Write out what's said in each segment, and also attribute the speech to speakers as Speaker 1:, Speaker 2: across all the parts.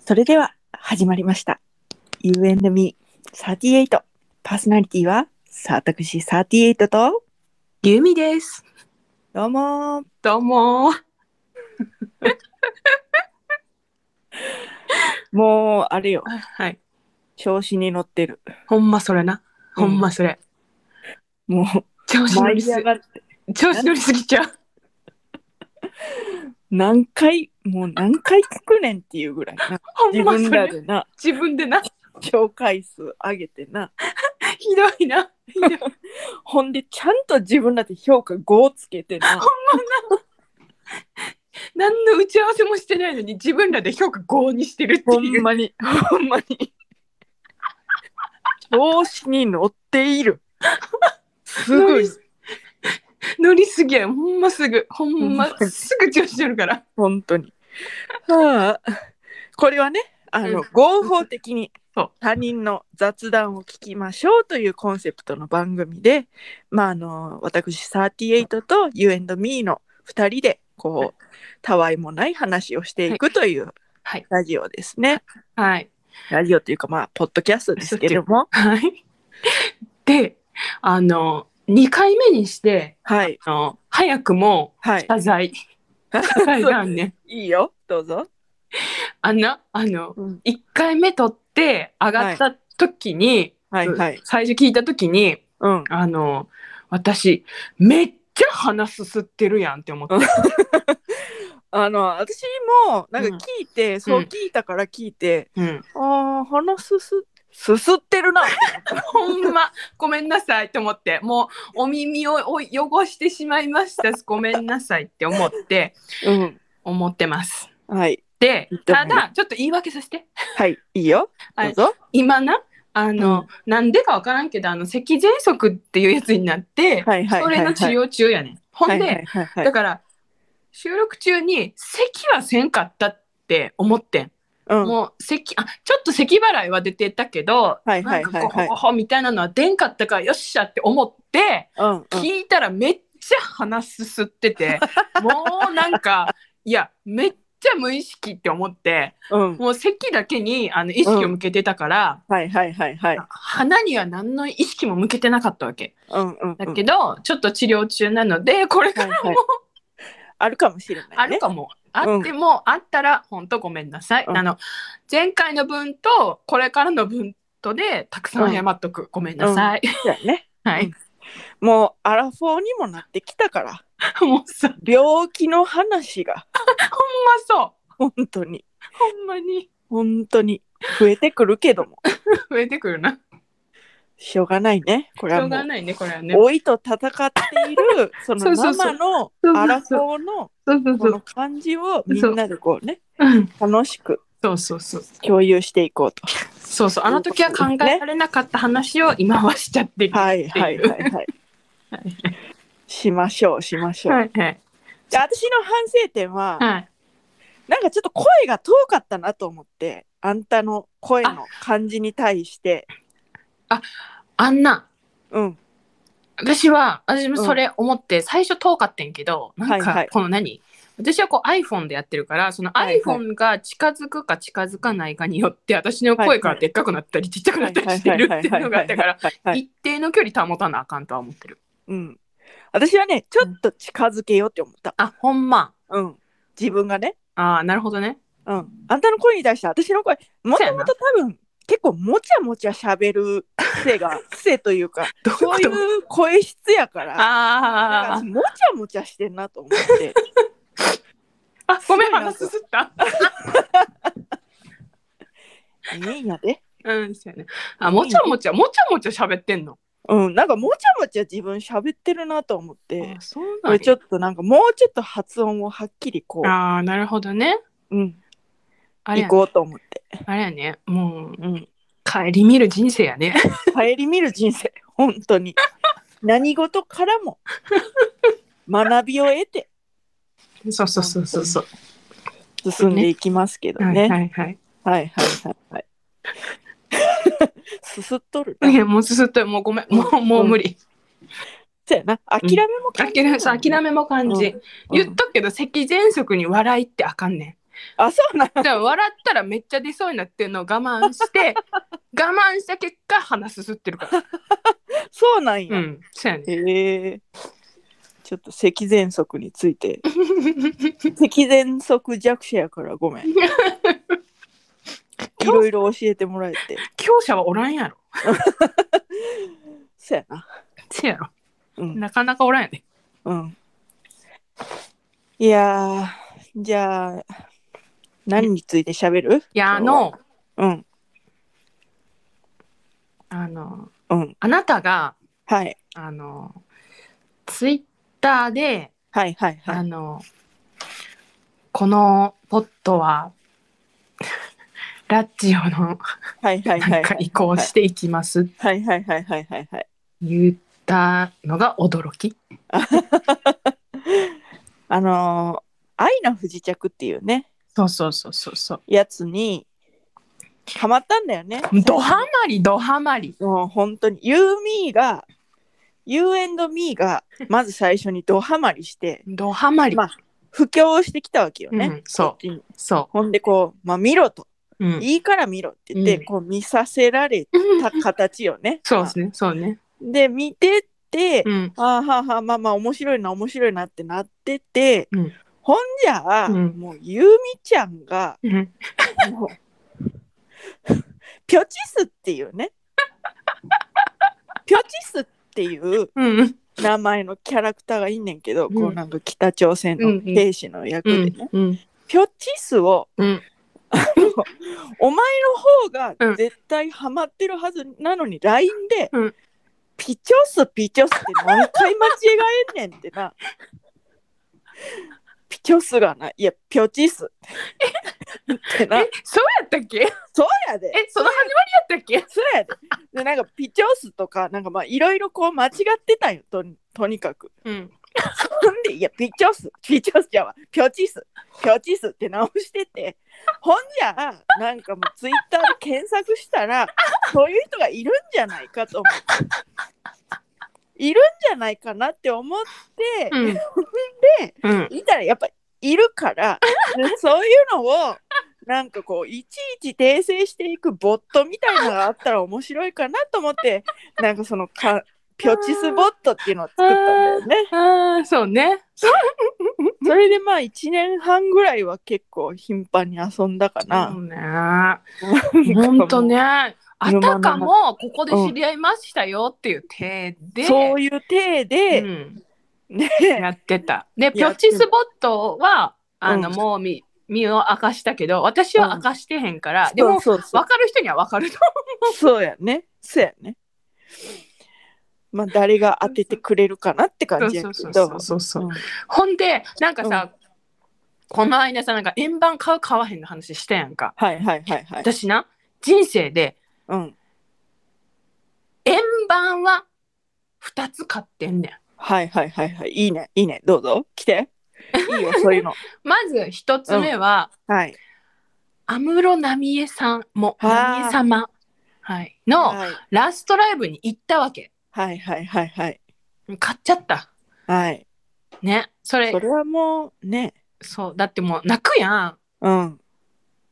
Speaker 1: それでは始まりました。You and me38 パーソナリティは私38と
Speaker 2: ゆみです。
Speaker 1: どうもー
Speaker 2: どうも。
Speaker 1: もうあれよ
Speaker 2: はい。
Speaker 1: 調子に乗ってる
Speaker 2: ほんまそれな。
Speaker 1: うん
Speaker 2: ほんまそれ。
Speaker 1: も
Speaker 2: 調
Speaker 1: う
Speaker 2: 子乗
Speaker 1: 舞
Speaker 2: り
Speaker 1: い
Speaker 2: す
Speaker 1: 上がって
Speaker 2: 調子乗りすぎちゃう。
Speaker 1: 何回もう何回聞くねんっていうぐらい な
Speaker 2: ほん
Speaker 1: 自
Speaker 2: ま
Speaker 1: 分
Speaker 2: そ
Speaker 1: ら
Speaker 2: れ。
Speaker 1: でな
Speaker 2: 自分でな。
Speaker 1: 紹介数上げてな
Speaker 2: ひどいな。ひどい。
Speaker 1: ほんでちゃんと自分らで評価5つけてな
Speaker 2: 何の打ち合わせもしてないのに自分らで評価5にしてるって
Speaker 1: ほん
Speaker 2: いう。
Speaker 1: まにほんまに調子に乗ってい るすごい
Speaker 2: 乗りすぎや。ほんますぐ。ほんま
Speaker 1: ほんます
Speaker 2: ぐ調子乗るから。
Speaker 1: 本当に。はあ、これはね、あの、
Speaker 2: うん
Speaker 1: 合法的に
Speaker 2: そう
Speaker 1: 他人の雑談を聞きましょうというコンセプトの番組で、まあ、あの、私38と You and Me の2人で、こう、たわいもない話をしていくという
Speaker 2: はい。
Speaker 1: ラジオですね。
Speaker 2: はい。
Speaker 1: ラジオというか、まあ、ポッドキャストですけれども。
Speaker 2: はい。で、あの、2回目にして、
Speaker 1: はい。
Speaker 2: あの早くも
Speaker 1: はい。
Speaker 2: 謝 罪。謝罪なんね。
Speaker 1: いいよ。どうぞ。
Speaker 2: あんな、あの、1回目撮って上がった時に、
Speaker 1: はいはい。
Speaker 2: 最初聞いた時に
Speaker 1: うん。
Speaker 2: あの私めっちゃ鼻すすってるやんって思って、
Speaker 1: うんあの、私も、なんか聞いて、そう聞いたから聞いて、
Speaker 2: うん、
Speaker 1: ああ、鼻すす、すすってるな。
Speaker 2: ほんまごめんなさいって思ってもうお耳をお汚してしまいましたごめんなさいって思って
Speaker 1: うん。
Speaker 2: 思ってます。
Speaker 1: はい。
Speaker 2: で
Speaker 1: いと思
Speaker 2: た
Speaker 1: う
Speaker 2: だちょっと言い訳させて
Speaker 1: はい。いいよ。どうぞ。
Speaker 2: 今なあの、なんでかわからんけどあの咳喘息っていうやつになって、
Speaker 1: はいはい
Speaker 2: そ
Speaker 1: はいは
Speaker 2: れの
Speaker 1: い。
Speaker 2: 治療中やねん。ほんで、
Speaker 1: はいはいはいはい
Speaker 2: だから収録中に咳はせんかったって思ってん、
Speaker 1: うん。
Speaker 2: もう咳あちょっと咳払いは出てたけど、
Speaker 1: はいはいはいはい
Speaker 2: なんかこうほほほみたいなのは出んかったからよっしゃって思って、
Speaker 1: うん。うん
Speaker 2: 聞いたらめっちゃ鼻すすっ ててもうなんかいやめっちゃ無意識って思って
Speaker 1: うん。
Speaker 2: もう咳だけにあの意識を向けてたから、
Speaker 1: はいはいはいはい。
Speaker 2: 鼻には何の意識も向けてなかったわけ
Speaker 1: うんうんうん。
Speaker 2: だけど、ちょっと治療中なのでこれから
Speaker 1: はいはい あるかもしれないね。
Speaker 2: あるかも。あっても、あったら本当ごめんなさい。
Speaker 1: うん
Speaker 2: あの前回の分とこれからの分とでたくさん謝っとく、ごめんなさい。
Speaker 1: そうやね。
Speaker 2: は
Speaker 1: うん
Speaker 2: い。
Speaker 1: もうアラフォーにもなってきたから、
Speaker 2: もうさ、ほんま
Speaker 1: 病気の話が
Speaker 2: そう。
Speaker 1: 本当に
Speaker 2: ほんまに
Speaker 1: 本当に増えてくるけども、
Speaker 2: 増えてくるな。
Speaker 1: しょうがないね。これ
Speaker 2: しょ
Speaker 1: は
Speaker 2: う
Speaker 1: も
Speaker 2: が
Speaker 1: う。
Speaker 2: ないねこれはね。
Speaker 1: 老いと戦ってい るその
Speaker 2: そうそうそ
Speaker 1: マ
Speaker 2: う
Speaker 1: マ
Speaker 2: そうそう
Speaker 1: の
Speaker 2: そう
Speaker 1: アラフォーの
Speaker 2: そうそう
Speaker 1: こ
Speaker 2: そ
Speaker 1: の
Speaker 2: う。
Speaker 1: 感じをみんなでこうね
Speaker 2: うん
Speaker 1: 楽しく
Speaker 2: そうそうそう。
Speaker 1: 共有していこうと。
Speaker 2: そうそう。あの時は考えられなかった話を今はしちゃってる。
Speaker 1: はいはいはいはい。 しましょうしましょう。
Speaker 2: はいはい
Speaker 1: で私の反省点は、
Speaker 2: はい。
Speaker 1: なんかちょっと声が遠かったなと思ってあんたの声の感じに対して
Speaker 2: あんな。
Speaker 1: うん
Speaker 2: 私は私もそれ思って、最初遠かったんけどなん
Speaker 1: はいは
Speaker 2: か
Speaker 1: い
Speaker 2: この何、私はこう iPhone でやってるからその
Speaker 1: はいはい
Speaker 2: iPhone が近づくか近づかないかによって私の声か
Speaker 1: はいは
Speaker 2: ら
Speaker 1: い
Speaker 2: でっかくなったりちっちゃくなったりしてるっていうのがあったから一定の距離保たなあかんとは思ってる
Speaker 1: うん私はねちょっと近づけようって思った、
Speaker 2: あほんま
Speaker 1: うん、自分がね、
Speaker 2: あーなるほどね
Speaker 1: うん、あんたの声に対して私の声も
Speaker 2: そう
Speaker 1: と
Speaker 2: や
Speaker 1: も
Speaker 2: な
Speaker 1: と多分結構もちゃもちゃしゃべる癖 が癖というか
Speaker 2: どう
Speaker 1: そう
Speaker 2: い
Speaker 1: いう
Speaker 2: こと
Speaker 1: う声質やからな
Speaker 2: あ
Speaker 1: んか
Speaker 2: ー
Speaker 1: もちゃもちゃしてんなと思 って。
Speaker 2: あごめん
Speaker 1: そうなん
Speaker 2: 鼻
Speaker 1: です
Speaker 2: す
Speaker 1: よ
Speaker 2: すった
Speaker 1: いいんやで。
Speaker 2: うんそうやねあもちゃもちゃもちゃもちゃ喋ってんの
Speaker 1: うん、なんかもちゃもちゃ自分喋ってるなと思って
Speaker 2: あ、そう
Speaker 1: こ
Speaker 2: なん
Speaker 1: れちょ
Speaker 2: や
Speaker 1: っとなんかもうちょっと発音をはっきりこ
Speaker 2: あーなるほどね
Speaker 1: う、うん、
Speaker 2: あれ
Speaker 1: 行
Speaker 2: やね
Speaker 1: こうと思って、
Speaker 2: あれやねもう
Speaker 1: うん、
Speaker 2: 帰り見る人生やね
Speaker 1: 帰り見る人生、本当に。何事からも学びを得て
Speaker 2: そうそうそうそうそう。
Speaker 1: 進んでいきますけど
Speaker 2: はい
Speaker 1: ね。
Speaker 2: はいはい。
Speaker 1: はいはいはいはい。 すすっとるな。
Speaker 2: いや もうずっともうごめんもうもう無理。
Speaker 1: そうやな。諦めも感じ
Speaker 2: 諦めそう諦めも感じ。
Speaker 1: うん
Speaker 2: 言っとくけど咳喘息に笑いってあかんね
Speaker 1: あ、そうなの
Speaker 2: だから笑ったらめっちゃ出そうになってるのを我慢して 我慢した結果鼻すすってるから
Speaker 1: そうなんや。
Speaker 2: うんそうやね
Speaker 1: へえ。ちょっと咳喘息について。咳喘息弱者やからごめ ん。いろいろ教えてもらえて。
Speaker 2: 強者はおらんやろ
Speaker 1: そうやな。
Speaker 2: せやろ
Speaker 1: うん。
Speaker 2: なかなかおらんやね
Speaker 1: うん、いやー、じゃあ、何について喋る
Speaker 2: いやあの
Speaker 1: うん。
Speaker 2: あの
Speaker 1: うん。
Speaker 2: あなたが
Speaker 1: はい。
Speaker 2: あのツイッターで
Speaker 1: はいはいは
Speaker 2: あ
Speaker 1: い。
Speaker 2: の、このポットは、 ラッジオの
Speaker 1: はいはいは
Speaker 2: ないん
Speaker 1: は
Speaker 2: か
Speaker 1: い。
Speaker 2: 移行していきますって
Speaker 1: はいはいはいはいはいはい。
Speaker 2: 言ったのが驚き。
Speaker 1: あのー愛の不時着」っていうね
Speaker 2: そうそうそうそうそう。
Speaker 1: やつにハマったんだよね。
Speaker 2: ドハマりドハマり。
Speaker 1: もう本当にユーミーが You and me がまず最初にドハマりして
Speaker 2: ドハマり。
Speaker 1: まあ布教してきたわけよ
Speaker 2: う
Speaker 1: ね。
Speaker 2: ん、そ
Speaker 1: うん
Speaker 2: うそ
Speaker 1: ほんでこう、まあ、見ろと、
Speaker 2: う。うん、
Speaker 1: いいから見ろって言って、
Speaker 2: うん。
Speaker 1: こう見させられた形よね
Speaker 2: そうですねそうね。
Speaker 1: で見てって、
Speaker 2: うん
Speaker 1: あーはあはあまあまあ面白いな面白いなってなってて、
Speaker 2: うん
Speaker 1: ほんじゃあ、
Speaker 2: うん
Speaker 1: もうゆうみちゃんが
Speaker 2: うん。
Speaker 1: もうピョチスっていうねピョチスっていう
Speaker 2: うん
Speaker 1: 名前のキャラクターがいんねんけど、
Speaker 2: うん
Speaker 1: こうなんか北朝鮮の兵士の役
Speaker 2: う
Speaker 1: でね、
Speaker 2: んうん
Speaker 1: ピョチスを
Speaker 2: うん。
Speaker 1: お前の方が絶対ハマってるはずなのに LINE で、
Speaker 2: うん
Speaker 1: ピチョスピチョスって何回間違えんねんって な。ピチョスがない。いや、ピョチス。ってな。
Speaker 2: えそうやったっけ？え
Speaker 1: そうやで。
Speaker 2: その始まりやったっ
Speaker 1: それやで。で、なんかピチョスとか、なんかまあいろいろこう間違ってたんよ、とにとにかく。
Speaker 2: け？うん
Speaker 1: ほんで、いや、ピチョス、 ピチョスじゃわ、ピョチス、ピョチスって直してて、ほんじゃあ、なんかもうツイッターで検索したら、そういう人がいるんじゃないかと思って。いるんじゃないかなって思って、
Speaker 2: うん
Speaker 1: で、
Speaker 2: うん
Speaker 1: 見たらやっぱいるから、 でそういうのを、なんかこう、いちいち訂正していくボットみたいなのがあったら面白いかなと思って、 なんかそのか、ピョチスボットっていうのを作ったんだよね。
Speaker 2: ああそうね。
Speaker 1: それでまあ1年半ぐらいは結構頻繁に遊んだか
Speaker 2: そ
Speaker 1: な。
Speaker 2: うね。本当。ね。あ
Speaker 1: 沼の
Speaker 2: たかもここで知り合いましたよっていう体で、
Speaker 1: そういう体で、
Speaker 2: うん
Speaker 1: ね、
Speaker 2: やってた。で、ピ
Speaker 1: や
Speaker 2: ョ
Speaker 1: って
Speaker 2: チスポットは、あの、
Speaker 1: うん
Speaker 2: もうみ身を明かしたけど、私は明かしてへんから、でも、
Speaker 1: そうそう
Speaker 2: 分かる人には分かると。
Speaker 1: そうやね。そうやね。まあ誰が当ててくれるかなって感じや
Speaker 2: そ
Speaker 1: け
Speaker 2: うそうそ
Speaker 1: ど
Speaker 2: う。そうそうう。
Speaker 1: ん
Speaker 2: ほんで、なんかさ、この間さ、なんか円盤買う買わへんの話したやんか。
Speaker 1: はいはいはいはい。
Speaker 2: 私な、人生で
Speaker 1: うん。
Speaker 2: 円盤は2つ買ってんねん。
Speaker 1: はいはいはいはい。いいね。いいね。どうぞ。来て。いい よ、そういうの。
Speaker 2: まず1つ目は、
Speaker 1: はい。
Speaker 2: 安室奈美恵さんも
Speaker 1: あー
Speaker 2: 奈美恵様、はい、の
Speaker 1: はい
Speaker 2: ラストライブに行ったわけ
Speaker 1: はいはいはいはい。
Speaker 2: 買っちゃった
Speaker 1: はい。
Speaker 2: ねそれ
Speaker 1: そ
Speaker 2: そ
Speaker 1: れはもうね。
Speaker 2: うだってもう泣くや
Speaker 1: うん。
Speaker 2: ん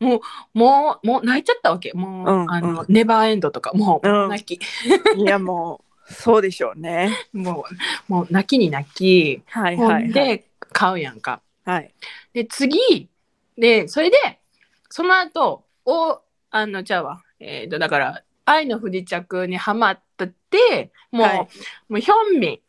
Speaker 2: もうもう泣いちゃったわけもう、
Speaker 1: うん
Speaker 2: あの、
Speaker 1: うん
Speaker 2: ネバーエンドとかもう、
Speaker 1: うん
Speaker 2: 泣き
Speaker 1: いやもう、そうでしょうね。
Speaker 2: もうもう泣きに泣き
Speaker 1: はい
Speaker 2: ほ
Speaker 1: はい、は
Speaker 2: ん
Speaker 1: い。
Speaker 2: で買うやんか
Speaker 1: はい。
Speaker 2: で次でそれでその後おあのじゃあわえっ、とだから愛の不時着にはまっててもう、
Speaker 1: はい
Speaker 2: もうヒョンミン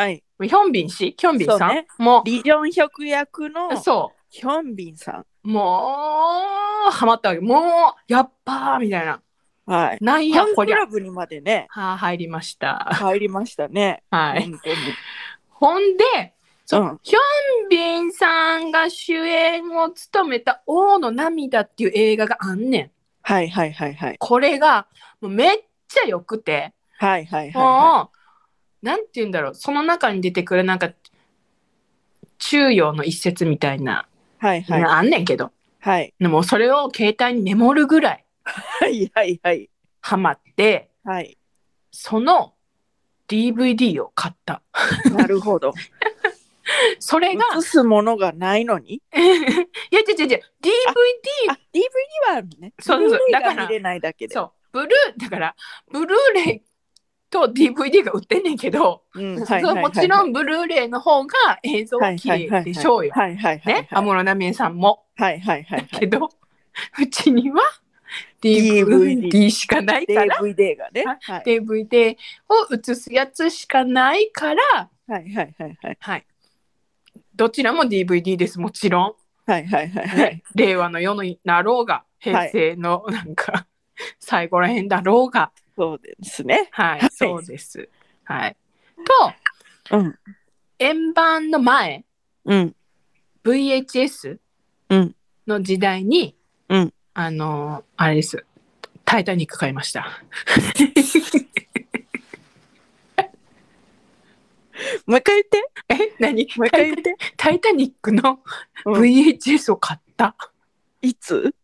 Speaker 1: はい。
Speaker 2: ヒョンビン氏ヒョンビンさ、
Speaker 1: そうんね
Speaker 2: も
Speaker 1: リ・ジョンヒョク役
Speaker 2: う、
Speaker 1: の
Speaker 2: そ
Speaker 1: ヒョンビンさ
Speaker 2: う、もう、ハマったわけ。もう、やっばーみたいな。
Speaker 1: ん。はい。
Speaker 2: な
Speaker 1: フ
Speaker 2: んや
Speaker 1: ァン
Speaker 2: こ
Speaker 1: ク
Speaker 2: りゃ。
Speaker 1: ラブにまでね、
Speaker 2: はあ、入り ました。
Speaker 1: 入りましたね。
Speaker 2: はい。
Speaker 1: 本当に
Speaker 2: ほんで、そう
Speaker 1: うん
Speaker 2: ヒョンビンさんが主演を務めた王の涙っていう映画があんねん。
Speaker 1: はいはいはいはい。
Speaker 2: これが、もうめっちゃ良くて、
Speaker 1: はいはいはい、
Speaker 2: もう、
Speaker 1: は
Speaker 2: なんて言うんだろう、その中に出てくるなんか、中庸の一節みたいな、
Speaker 1: い。はいはい。
Speaker 2: あんねんけど。
Speaker 1: はい
Speaker 2: でもそれを携帯にメモるぐらい
Speaker 1: はいはいはい。
Speaker 2: ハマって
Speaker 1: はい。
Speaker 2: その DVD を買った
Speaker 1: なるほど。
Speaker 2: それが、
Speaker 1: 映すものがないのに。
Speaker 2: いや、違う違う違う、DVD
Speaker 1: あ、DVD はあるね。
Speaker 2: そうそう
Speaker 1: Blu-ray
Speaker 2: だから
Speaker 1: が見れないだけで。
Speaker 2: そう、ブルー、だから、ブルーレイと DVD が売ってんねんけど、
Speaker 1: うん
Speaker 2: そう
Speaker 1: はいはいはいはい
Speaker 2: もちろんブルーレイの方が映像綺麗でしょうよ。
Speaker 1: はいはいはいはい
Speaker 2: ね、安室奈美恵さんも。
Speaker 1: はいはいはいは
Speaker 2: け
Speaker 1: い。
Speaker 2: ど、うちには DVD しかないから
Speaker 1: DVD がね。
Speaker 2: あ
Speaker 1: はい
Speaker 2: DVD を映すやつしかないから、
Speaker 1: はいはいはいはい
Speaker 2: はい、どちらも DVD ですもちろん、
Speaker 1: はいはいはいはい。
Speaker 2: 令和の世になろうが平成のなんか、最後らへんだろうが
Speaker 1: そうですね。
Speaker 2: はい、
Speaker 1: はい
Speaker 2: そうです。はい、と
Speaker 1: うん
Speaker 2: 円盤の前
Speaker 1: うん。
Speaker 2: VHS
Speaker 1: うん
Speaker 2: の時代に、
Speaker 1: うん
Speaker 2: あのーあれです「タイタニック」買いま した。
Speaker 1: もう一回言って。
Speaker 2: え何
Speaker 1: もう一回言って。
Speaker 2: タイタニックの
Speaker 1: うん
Speaker 2: VHS を買った。
Speaker 1: いつ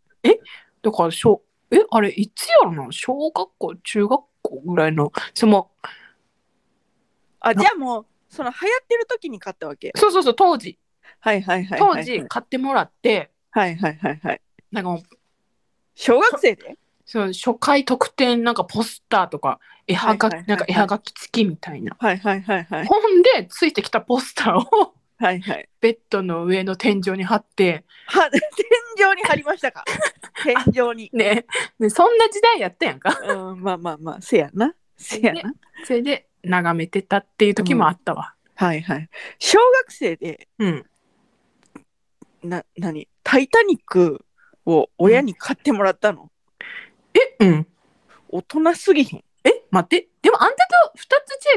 Speaker 2: だから小、え、あれ、いつやろな小学校、中学校ぐらいの、その、
Speaker 1: あ、じゃあもう、その流行ってる時に買ったわけ。
Speaker 2: そうそうそう、当時、
Speaker 1: はいはいはいはい
Speaker 2: 当
Speaker 1: はい。
Speaker 2: 時買ってもらって、
Speaker 1: はいはいはいはい。
Speaker 2: なんかもう、
Speaker 1: 小学生で
Speaker 2: その初回特典、なんかポスターとか、絵はが、
Speaker 1: はいはいはいはい
Speaker 2: なんか絵はがき付きみたいな。
Speaker 1: はいはいはいはい。
Speaker 2: ほんで、ついてきたポスターを、
Speaker 1: はいはい。
Speaker 2: ベッドの上の天井に貼って、
Speaker 1: は、天井に貼りました か。天井に。
Speaker 2: ね、ねそんな時代やったやんか。
Speaker 1: うん、まあまあまあ、せやな。せや
Speaker 2: ね
Speaker 1: な。
Speaker 2: それで、眺めてたっていう時もあったわ。
Speaker 1: はいはい。小学生で、
Speaker 2: うん。
Speaker 1: な、なに、タイタニックを親に買ってもらったの。
Speaker 2: え、うん。
Speaker 1: 大人すぎひん。
Speaker 2: え待ってでもあんたと2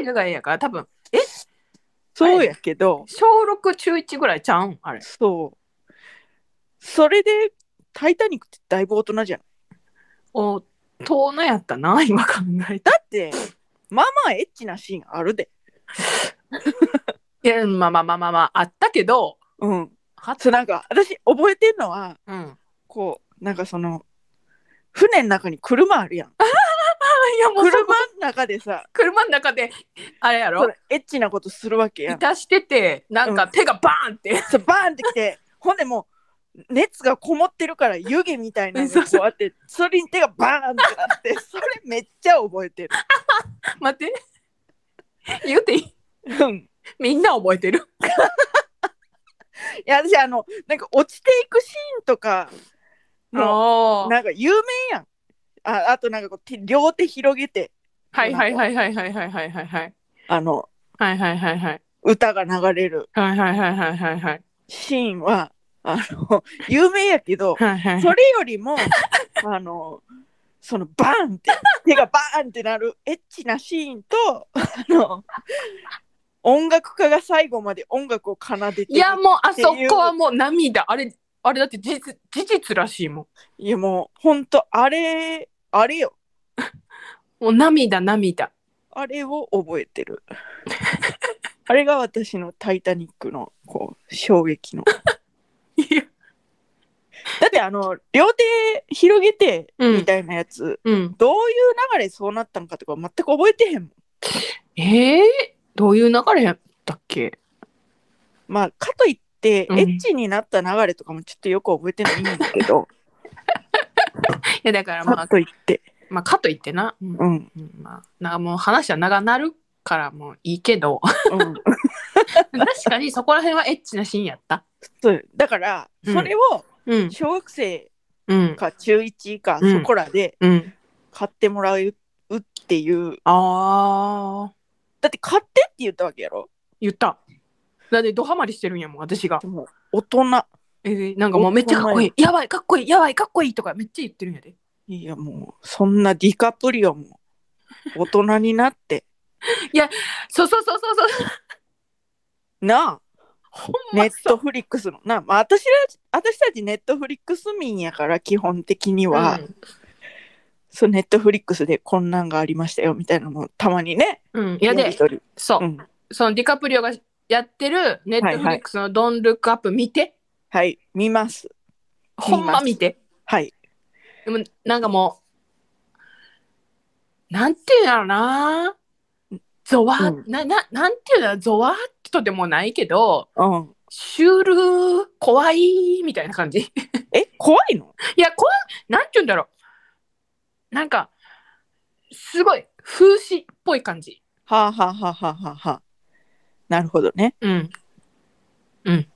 Speaker 2: つ違いがいやから多分
Speaker 1: そうやけど、
Speaker 2: 小6中1ぐらいちゃうんあれ
Speaker 1: そう。それで、タイタニックってだいぶ大人じゃん。
Speaker 2: 大人やったな今考えた
Speaker 1: だって、まあまあエッチなシーンあるで。
Speaker 2: いやまあまあまあまあまああったけど
Speaker 1: うん。
Speaker 2: は
Speaker 1: そうなんか、私覚えてんのは、
Speaker 2: うんい
Speaker 1: こう、なんかその、船の中に車あるやん。
Speaker 2: やもう
Speaker 1: 車
Speaker 2: 車
Speaker 1: の中でさ、
Speaker 2: 車の中であれや
Speaker 1: そ
Speaker 2: ろ
Speaker 1: のエッチなことするわけや
Speaker 2: い
Speaker 1: ん。
Speaker 2: たしててなんか手がバーンって、
Speaker 1: そうバーンってきて、ほんでもう、熱がこもってるから湯気みたいなのが
Speaker 2: そうそ
Speaker 1: こうあって、それに手がバーンってな って、それめっちゃ覚えてる。
Speaker 2: 待って言うていい
Speaker 1: うん。
Speaker 2: みんな覚えてる
Speaker 1: いや、私あの、なんか落ちていくシーンとかの、
Speaker 2: あー
Speaker 1: なんか有名やん。ああとなんかこう手両手広げて、
Speaker 2: はいはいはいはいはいはいはいはいはい
Speaker 1: あの、
Speaker 2: はいはいはいはい
Speaker 1: 歌が流れる
Speaker 2: はいはいはいはいはいはい
Speaker 1: シーンは、あの、有名やけど、
Speaker 2: はいはい
Speaker 1: それより もあのそのバーンって手がバーンってなるエッチなシーンとあの音楽家が最後まで音楽を奏でてる
Speaker 2: いやもうあそこはもう涙あれあれだって事実事実らしいも
Speaker 1: いやもうほんとあれあれよ
Speaker 2: んもう涙涙
Speaker 1: あれを覚えて るあれが私の「タイタニックの」こう衝撃の
Speaker 2: いや
Speaker 1: だってあの両手広げて
Speaker 2: うん
Speaker 1: みたいなやつ、
Speaker 2: うん
Speaker 1: どういう流れそうなったんかとか全く覚えてへんもん
Speaker 2: えー、どういう流れやったっけ
Speaker 1: まあかといって、
Speaker 2: うん
Speaker 1: エッチになった流れとかもちょっとよく覚えてないんだけど
Speaker 2: いやだ からま
Speaker 1: か
Speaker 2: あ、
Speaker 1: といって
Speaker 2: まあ、かといってな、う
Speaker 1: う
Speaker 2: ん
Speaker 1: ん うん
Speaker 2: うんまあ、なんかもう話は長なるからもういいけ ど確かにそこら辺はエッチなシーンやった
Speaker 1: そうだから
Speaker 2: うん
Speaker 1: それを
Speaker 2: うん
Speaker 1: 小学生
Speaker 2: うん
Speaker 1: か中1か
Speaker 2: うん
Speaker 1: そこらで
Speaker 2: うん
Speaker 1: 買ってもらうっていう
Speaker 2: ああ
Speaker 1: だって買ってって言ったわけやろ
Speaker 2: 言っただってドハマりしてるんやもん私が
Speaker 1: でも大人
Speaker 2: えーなんかもうめっちゃかっこいいやばいかっこいいやばいかっこいいとかめっちゃ言ってるんやで
Speaker 1: いやもうそんなディカプリオも大人になって
Speaker 2: そうそうそうそうそう
Speaker 1: なあ
Speaker 2: ほん
Speaker 1: ネ
Speaker 2: ま
Speaker 1: ットフリックスのなあ、まあ、私ら私たちネットフリックス民やから基本的には、そうネットフリックスでこんなんがありましたよみたいなのもたまにね。
Speaker 2: うん、うん、いや
Speaker 1: や
Speaker 2: で
Speaker 1: り取り
Speaker 2: そうう、
Speaker 1: ん、
Speaker 2: そのディカプリオがやってるネットフリックスの「ドン・ルック・アップ」見て、
Speaker 1: はい見ます。
Speaker 2: ほんま見て
Speaker 1: はい
Speaker 2: でもなんかもうなんていうんだろうなゾワ、
Speaker 1: うん
Speaker 2: なななんていうんだろうゾワって人でもないけど、
Speaker 1: うん。
Speaker 2: シュール、怖い、みたいな感じ。 い
Speaker 1: え、怖いの
Speaker 2: や、怖い、なんて言うんだろう。なんか、すごい、風刺っぽい感じ。
Speaker 1: はあはあはあはあはあはあ。なるほどね。
Speaker 2: うん。うん。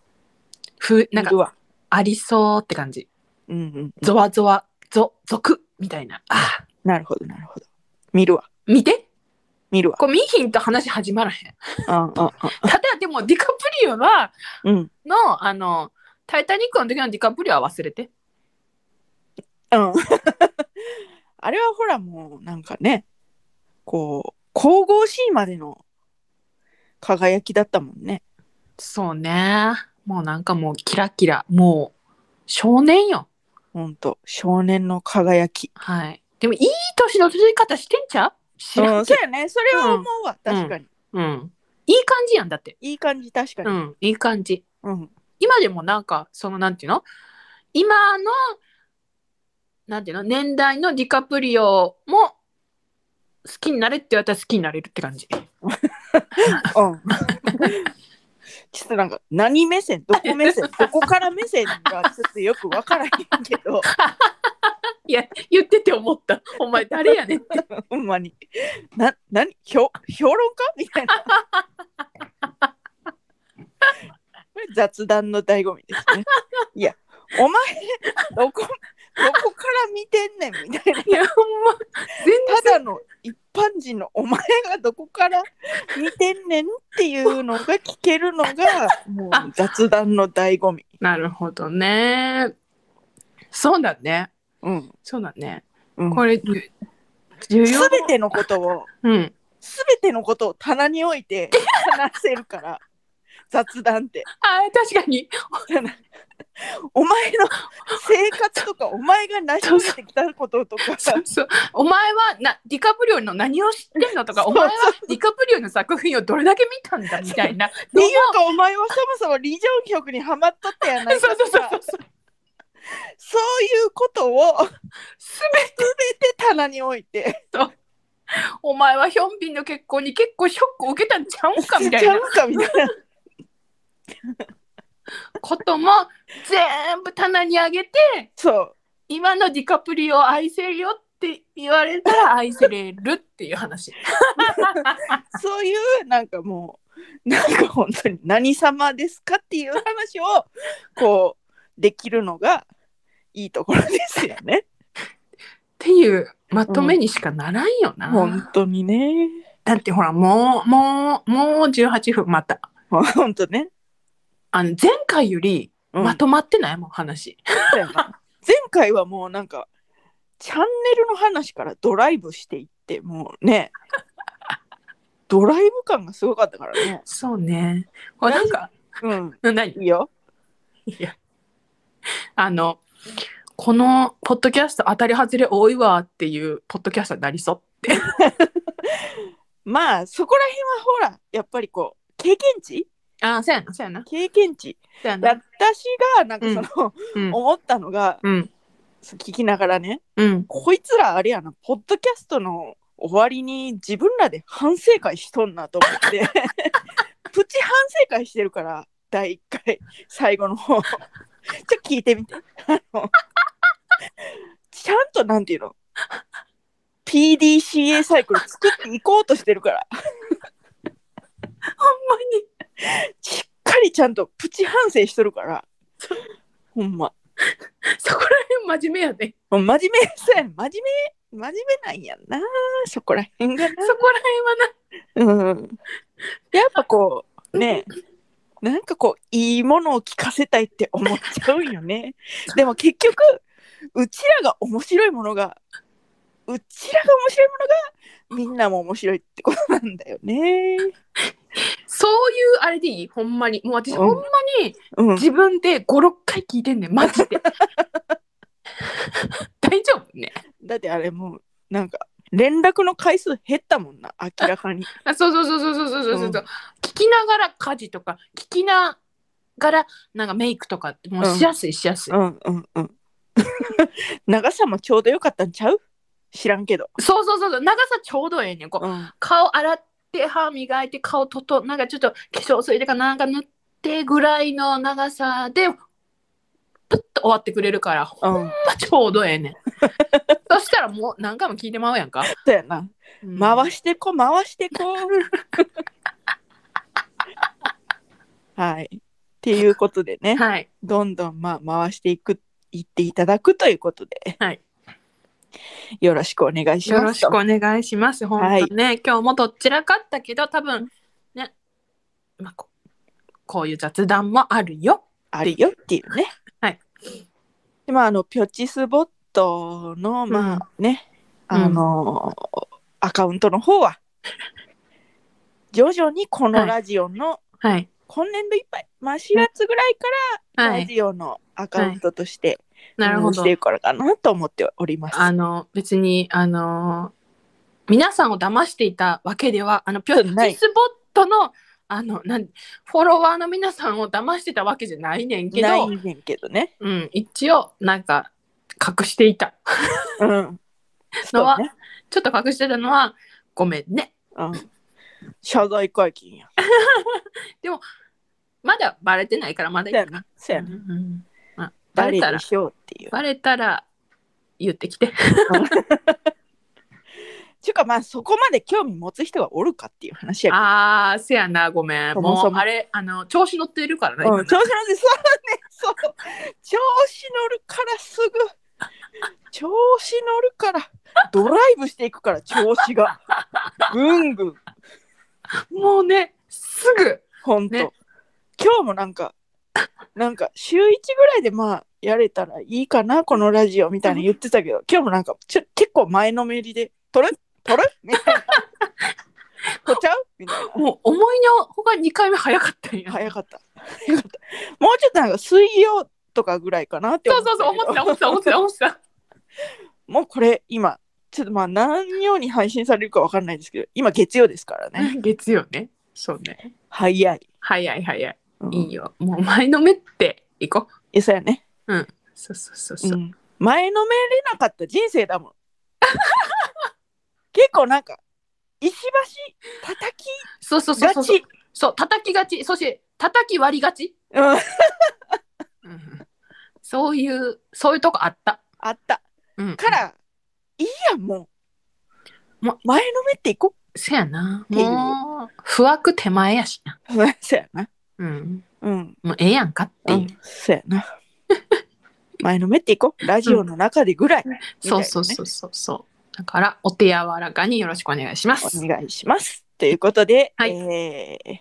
Speaker 2: ふ、なん
Speaker 1: いる
Speaker 2: か、
Speaker 1: わ。
Speaker 2: ありそうって感じ。
Speaker 1: うんうん。
Speaker 2: ゾワゾワ、ゾ、ゾクみたいな。ああ、
Speaker 1: なるほど、なるほど。見るわ。
Speaker 2: 見て。
Speaker 1: 見るわ。
Speaker 2: こう、見ひんと話始まらへん。
Speaker 1: うんうん
Speaker 2: ただ、でも、ディカプリオは、
Speaker 1: うん。うん。
Speaker 2: の、あの、タイタニックの時のディカプリオは忘れて。
Speaker 1: うん、 あれはほらもうなんかねこう神々しいまでの輝きだったもんね
Speaker 2: そうね。もうなんかもう、キラキラ。もう、少年よ。
Speaker 1: ほんと少年の輝き
Speaker 2: はい。でも、いい年の取り方してんちゃう知ら
Speaker 1: うんんそ
Speaker 2: けど
Speaker 1: うやねそれは思うわ、
Speaker 2: うん
Speaker 1: 確かに、
Speaker 2: うん。いい感じやんだって。
Speaker 1: いい感じ確か
Speaker 2: う
Speaker 1: に
Speaker 2: ん。いい感じ。
Speaker 1: うん
Speaker 2: 今でもなんかそのなんていうの今のなんていうの年代のディカプリオも好きになれって言われたら好きになれるって感じ。
Speaker 1: うん、 ちょっとなんか何目 線どこ目線どこから目線がちょっとよくわからへんけど
Speaker 2: いや言ってて思ったお前誰やねんって
Speaker 1: ほんまにな何評評論家みたいな これ雑談の醍醐味ですねいやお前どこどこから見てんねんみたいない
Speaker 2: やほんま全然
Speaker 1: ただの一般人のお前がどこから見てんねんっていうのが聞けるの がもう雑談の醍醐味。
Speaker 2: なるほどねそうだね
Speaker 1: うん。
Speaker 2: そうだね
Speaker 1: うん
Speaker 2: これ重要
Speaker 1: すべてのことを、
Speaker 2: うん
Speaker 1: すべてのことを棚に置いて話せるから、雑談って。
Speaker 2: あー確かに
Speaker 1: お前の生活とか、お前が成し遂げてきたこととか、
Speaker 2: そうそうお前はなディカプリオの何を知ってんのとかお前は
Speaker 1: そうそう
Speaker 2: ディカプリオの作品をどれだけ見たんだみたい な。
Speaker 1: っていうか、お前はそもそもリジョン曲にハマっとったやないかとか、
Speaker 2: うそう。
Speaker 1: そういうことをす
Speaker 2: すべて
Speaker 1: べて棚に置いて、
Speaker 2: お前はヒョンビンの結婚に結構ショックを受けたんちゃうんかみたい
Speaker 1: ちゃ
Speaker 2: な
Speaker 1: うかみたいな。
Speaker 2: ことも全部棚にあげて
Speaker 1: そう。
Speaker 2: 今のディカプリオを愛せるよって言われたら愛せれるっていう話。
Speaker 1: そういうなんかもうなんか本当に何様ですかっていう話をこうできるのがいいところですよね。
Speaker 2: っていうまとめにしかならんよな。
Speaker 1: 本当にね。
Speaker 2: だってほらもうもうもう18分また。
Speaker 1: 本当ね。
Speaker 2: あの前回より
Speaker 1: うん
Speaker 2: まとまってないもん話。
Speaker 1: そうやな前回はもうなんかチャンネルの話からドライブしていってもうねドライブ感がすごかったからね。
Speaker 2: そうね。これなんか
Speaker 1: うん、
Speaker 2: 何
Speaker 1: いいよ。
Speaker 2: いや、あの、このポッドキャスト当たり外れ多いわっていうポッドキャストになりそうって。
Speaker 1: まあそこら辺はほらやっぱりこう経験値
Speaker 2: あ、そうやな、そうやな。
Speaker 1: 経験値。
Speaker 2: そうやな。
Speaker 1: 私がなんかその、
Speaker 2: うん。
Speaker 1: 思ったのが
Speaker 2: うん。
Speaker 1: そう聞きながらね
Speaker 2: うん。
Speaker 1: こいつらあれやなポッドキャストの終わりに自分らで反省会しとんなと思って プチ反省会してるから第1回最後の方ちょっと聞いてみてあのちゃんとなんていうの PDCA サイクル作っていこうとしてる から
Speaker 2: ほんまに。
Speaker 1: しっかりちゃんとプチ反省しとるからほんま
Speaker 2: そこら辺真面目やで、ね。
Speaker 1: もう真面目そうやん真面目真面目なんやんなそこらへんがな
Speaker 2: そこら
Speaker 1: うんやっぱこうねなんかこういいものを聞かせたいって思っちゃうんよねでも結局うちらが面白いものがうちらが面白いものがみんなも面白いってことなんだよね
Speaker 2: 辺はな、そういうあれでいいほんまに。もう私、
Speaker 1: うん
Speaker 2: ほんまに
Speaker 1: うん
Speaker 2: 自分で5、6回聞いてんねん、マ ジで。大丈夫ね。
Speaker 1: だってあれもうなんか連絡の回数減ったもんな明らかに
Speaker 2: あそうそうそうそうそうそうそうそう、
Speaker 1: うん
Speaker 2: 聞きながら家事とか聞きながらなんかメイクとかってもうしやすいしやすい、
Speaker 1: うんうんうん 長さもちょうどよかったんちゃう知らんけど
Speaker 2: そうそうそうそう長さちょうどええねんこう
Speaker 1: うん
Speaker 2: 顔洗って歯磨いて顔ととなんかちょっと化粧水とかなんか塗ってぐらいの長さでプッと終わってくれるからほん
Speaker 1: うん。
Speaker 2: まちょうどええねんそしたらもう何回も聞いてまうやんか、
Speaker 1: そうやな。
Speaker 2: うん
Speaker 1: 回してこ、回してこ。 はい。っていうことでね、
Speaker 2: はい
Speaker 1: どんどんまあ回していく、いっていただくということで、
Speaker 2: はい
Speaker 1: よろしくお願いしますと。
Speaker 2: よろしくお願いします。本当ね、今日もどっちらかったけど、多分ね、まあこ、こういう雑談もあるよ。
Speaker 1: あるよっていうね。
Speaker 2: はい。
Speaker 1: でまああのピョチスボットのまあね、
Speaker 2: うん
Speaker 1: あのアカウントの方は徐々にこのラジオの、
Speaker 2: はい。
Speaker 1: 今年度いっぱい、まあ、4月ぐらいから
Speaker 2: は
Speaker 1: ラ
Speaker 2: い。
Speaker 1: ジオのアカウントとして
Speaker 2: なるほ
Speaker 1: 運営し
Speaker 2: ど
Speaker 1: て。いこうかなと思っております。
Speaker 2: あの、別に、あのー皆さんを騙していたわけでは、あの、ピ
Speaker 1: そ
Speaker 2: ョ
Speaker 1: うない
Speaker 2: チスボットの、あの、なん、フォロワーの皆さんを騙してたわけじゃないねんけ
Speaker 1: な
Speaker 2: ど、
Speaker 1: いねんけどね。
Speaker 2: うん、一応、なんか、隠していた。
Speaker 1: うん。
Speaker 2: のは
Speaker 1: そうね、
Speaker 2: ちょっと隠してたのは、ごめんね。
Speaker 1: うん。謝罪会見や。
Speaker 2: まだバレてないから、まだいい
Speaker 1: そうや
Speaker 2: か
Speaker 1: な。そうやな。
Speaker 2: うんうんまあ、バ
Speaker 1: 誰
Speaker 2: レたら
Speaker 1: で、しょうっていう。
Speaker 2: バレたら言ってきて。
Speaker 1: ちゅうかまあそこまで興味持つ人がおるかっていう話やけど。
Speaker 2: ああ、せやな、ごめん。
Speaker 1: そもそも
Speaker 2: もうあれ、あの、調子乗ってるからね。
Speaker 1: うん、
Speaker 2: 今
Speaker 1: 調子乗ってそうねそう調子乗るからすぐ調子乗るからドライブしていくから調子がぐんぐん
Speaker 2: もうね、すぐ。
Speaker 1: ほんと、
Speaker 2: ね
Speaker 1: 今日もなんかなんか週1ぐらいでまあやれたらいいかなこのラジオみたいに言ってたけど今日もなんかちょ結構前のめりで「撮る撮る?」みたい な「撮っちゃう?」みたいな
Speaker 2: もう思いのほか2回目 早かったんや。
Speaker 1: 早かった早かった もうちょっとなんか水曜とかぐらいかなって
Speaker 2: そ
Speaker 1: 思っ
Speaker 2: う
Speaker 1: た
Speaker 2: そう
Speaker 1: けど
Speaker 2: そう、思ってた、思ってた、思ってた、思ってた。
Speaker 1: もうこれ今ちょっとまあ何曜に配信されるかわかんないですけど今月曜ですからね
Speaker 2: 月曜ね。そうね。
Speaker 1: 早い、
Speaker 2: 早い早い。
Speaker 1: うん、
Speaker 2: いいよ。もう前のめっていこう。
Speaker 1: えそうやね、
Speaker 2: そうそうそう
Speaker 1: う
Speaker 2: そう。
Speaker 1: ん、前のめれなかった人生だもん 結構なんか石橋叩き
Speaker 2: そうそうそ
Speaker 1: が
Speaker 2: うそう。
Speaker 1: ち
Speaker 2: そう、叩きがち。そして、叩き割りがち。
Speaker 1: うん
Speaker 2: うんそういう、そういうとこあった。
Speaker 1: あった
Speaker 2: うん
Speaker 1: からいいやもう
Speaker 2: も
Speaker 1: 前のめっていこ
Speaker 2: せやな。
Speaker 1: っていう
Speaker 2: もう、不惑手前やしな。
Speaker 1: う そうやな
Speaker 2: うん。
Speaker 1: うん
Speaker 2: もうええやんかっていう。
Speaker 1: うん、そうやな 前のめっていこうラジオの中でぐらい、
Speaker 2: そうそうそうそうそう。だから、お手柔らかによろしくお願いします。
Speaker 1: お願いしますということで、
Speaker 2: はい
Speaker 1: えー、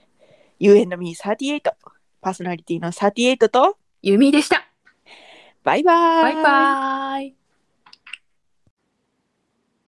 Speaker 1: U&Me38 パーソナリティの38と
Speaker 2: ゆみでした。
Speaker 1: バイバー
Speaker 2: バイバーイ。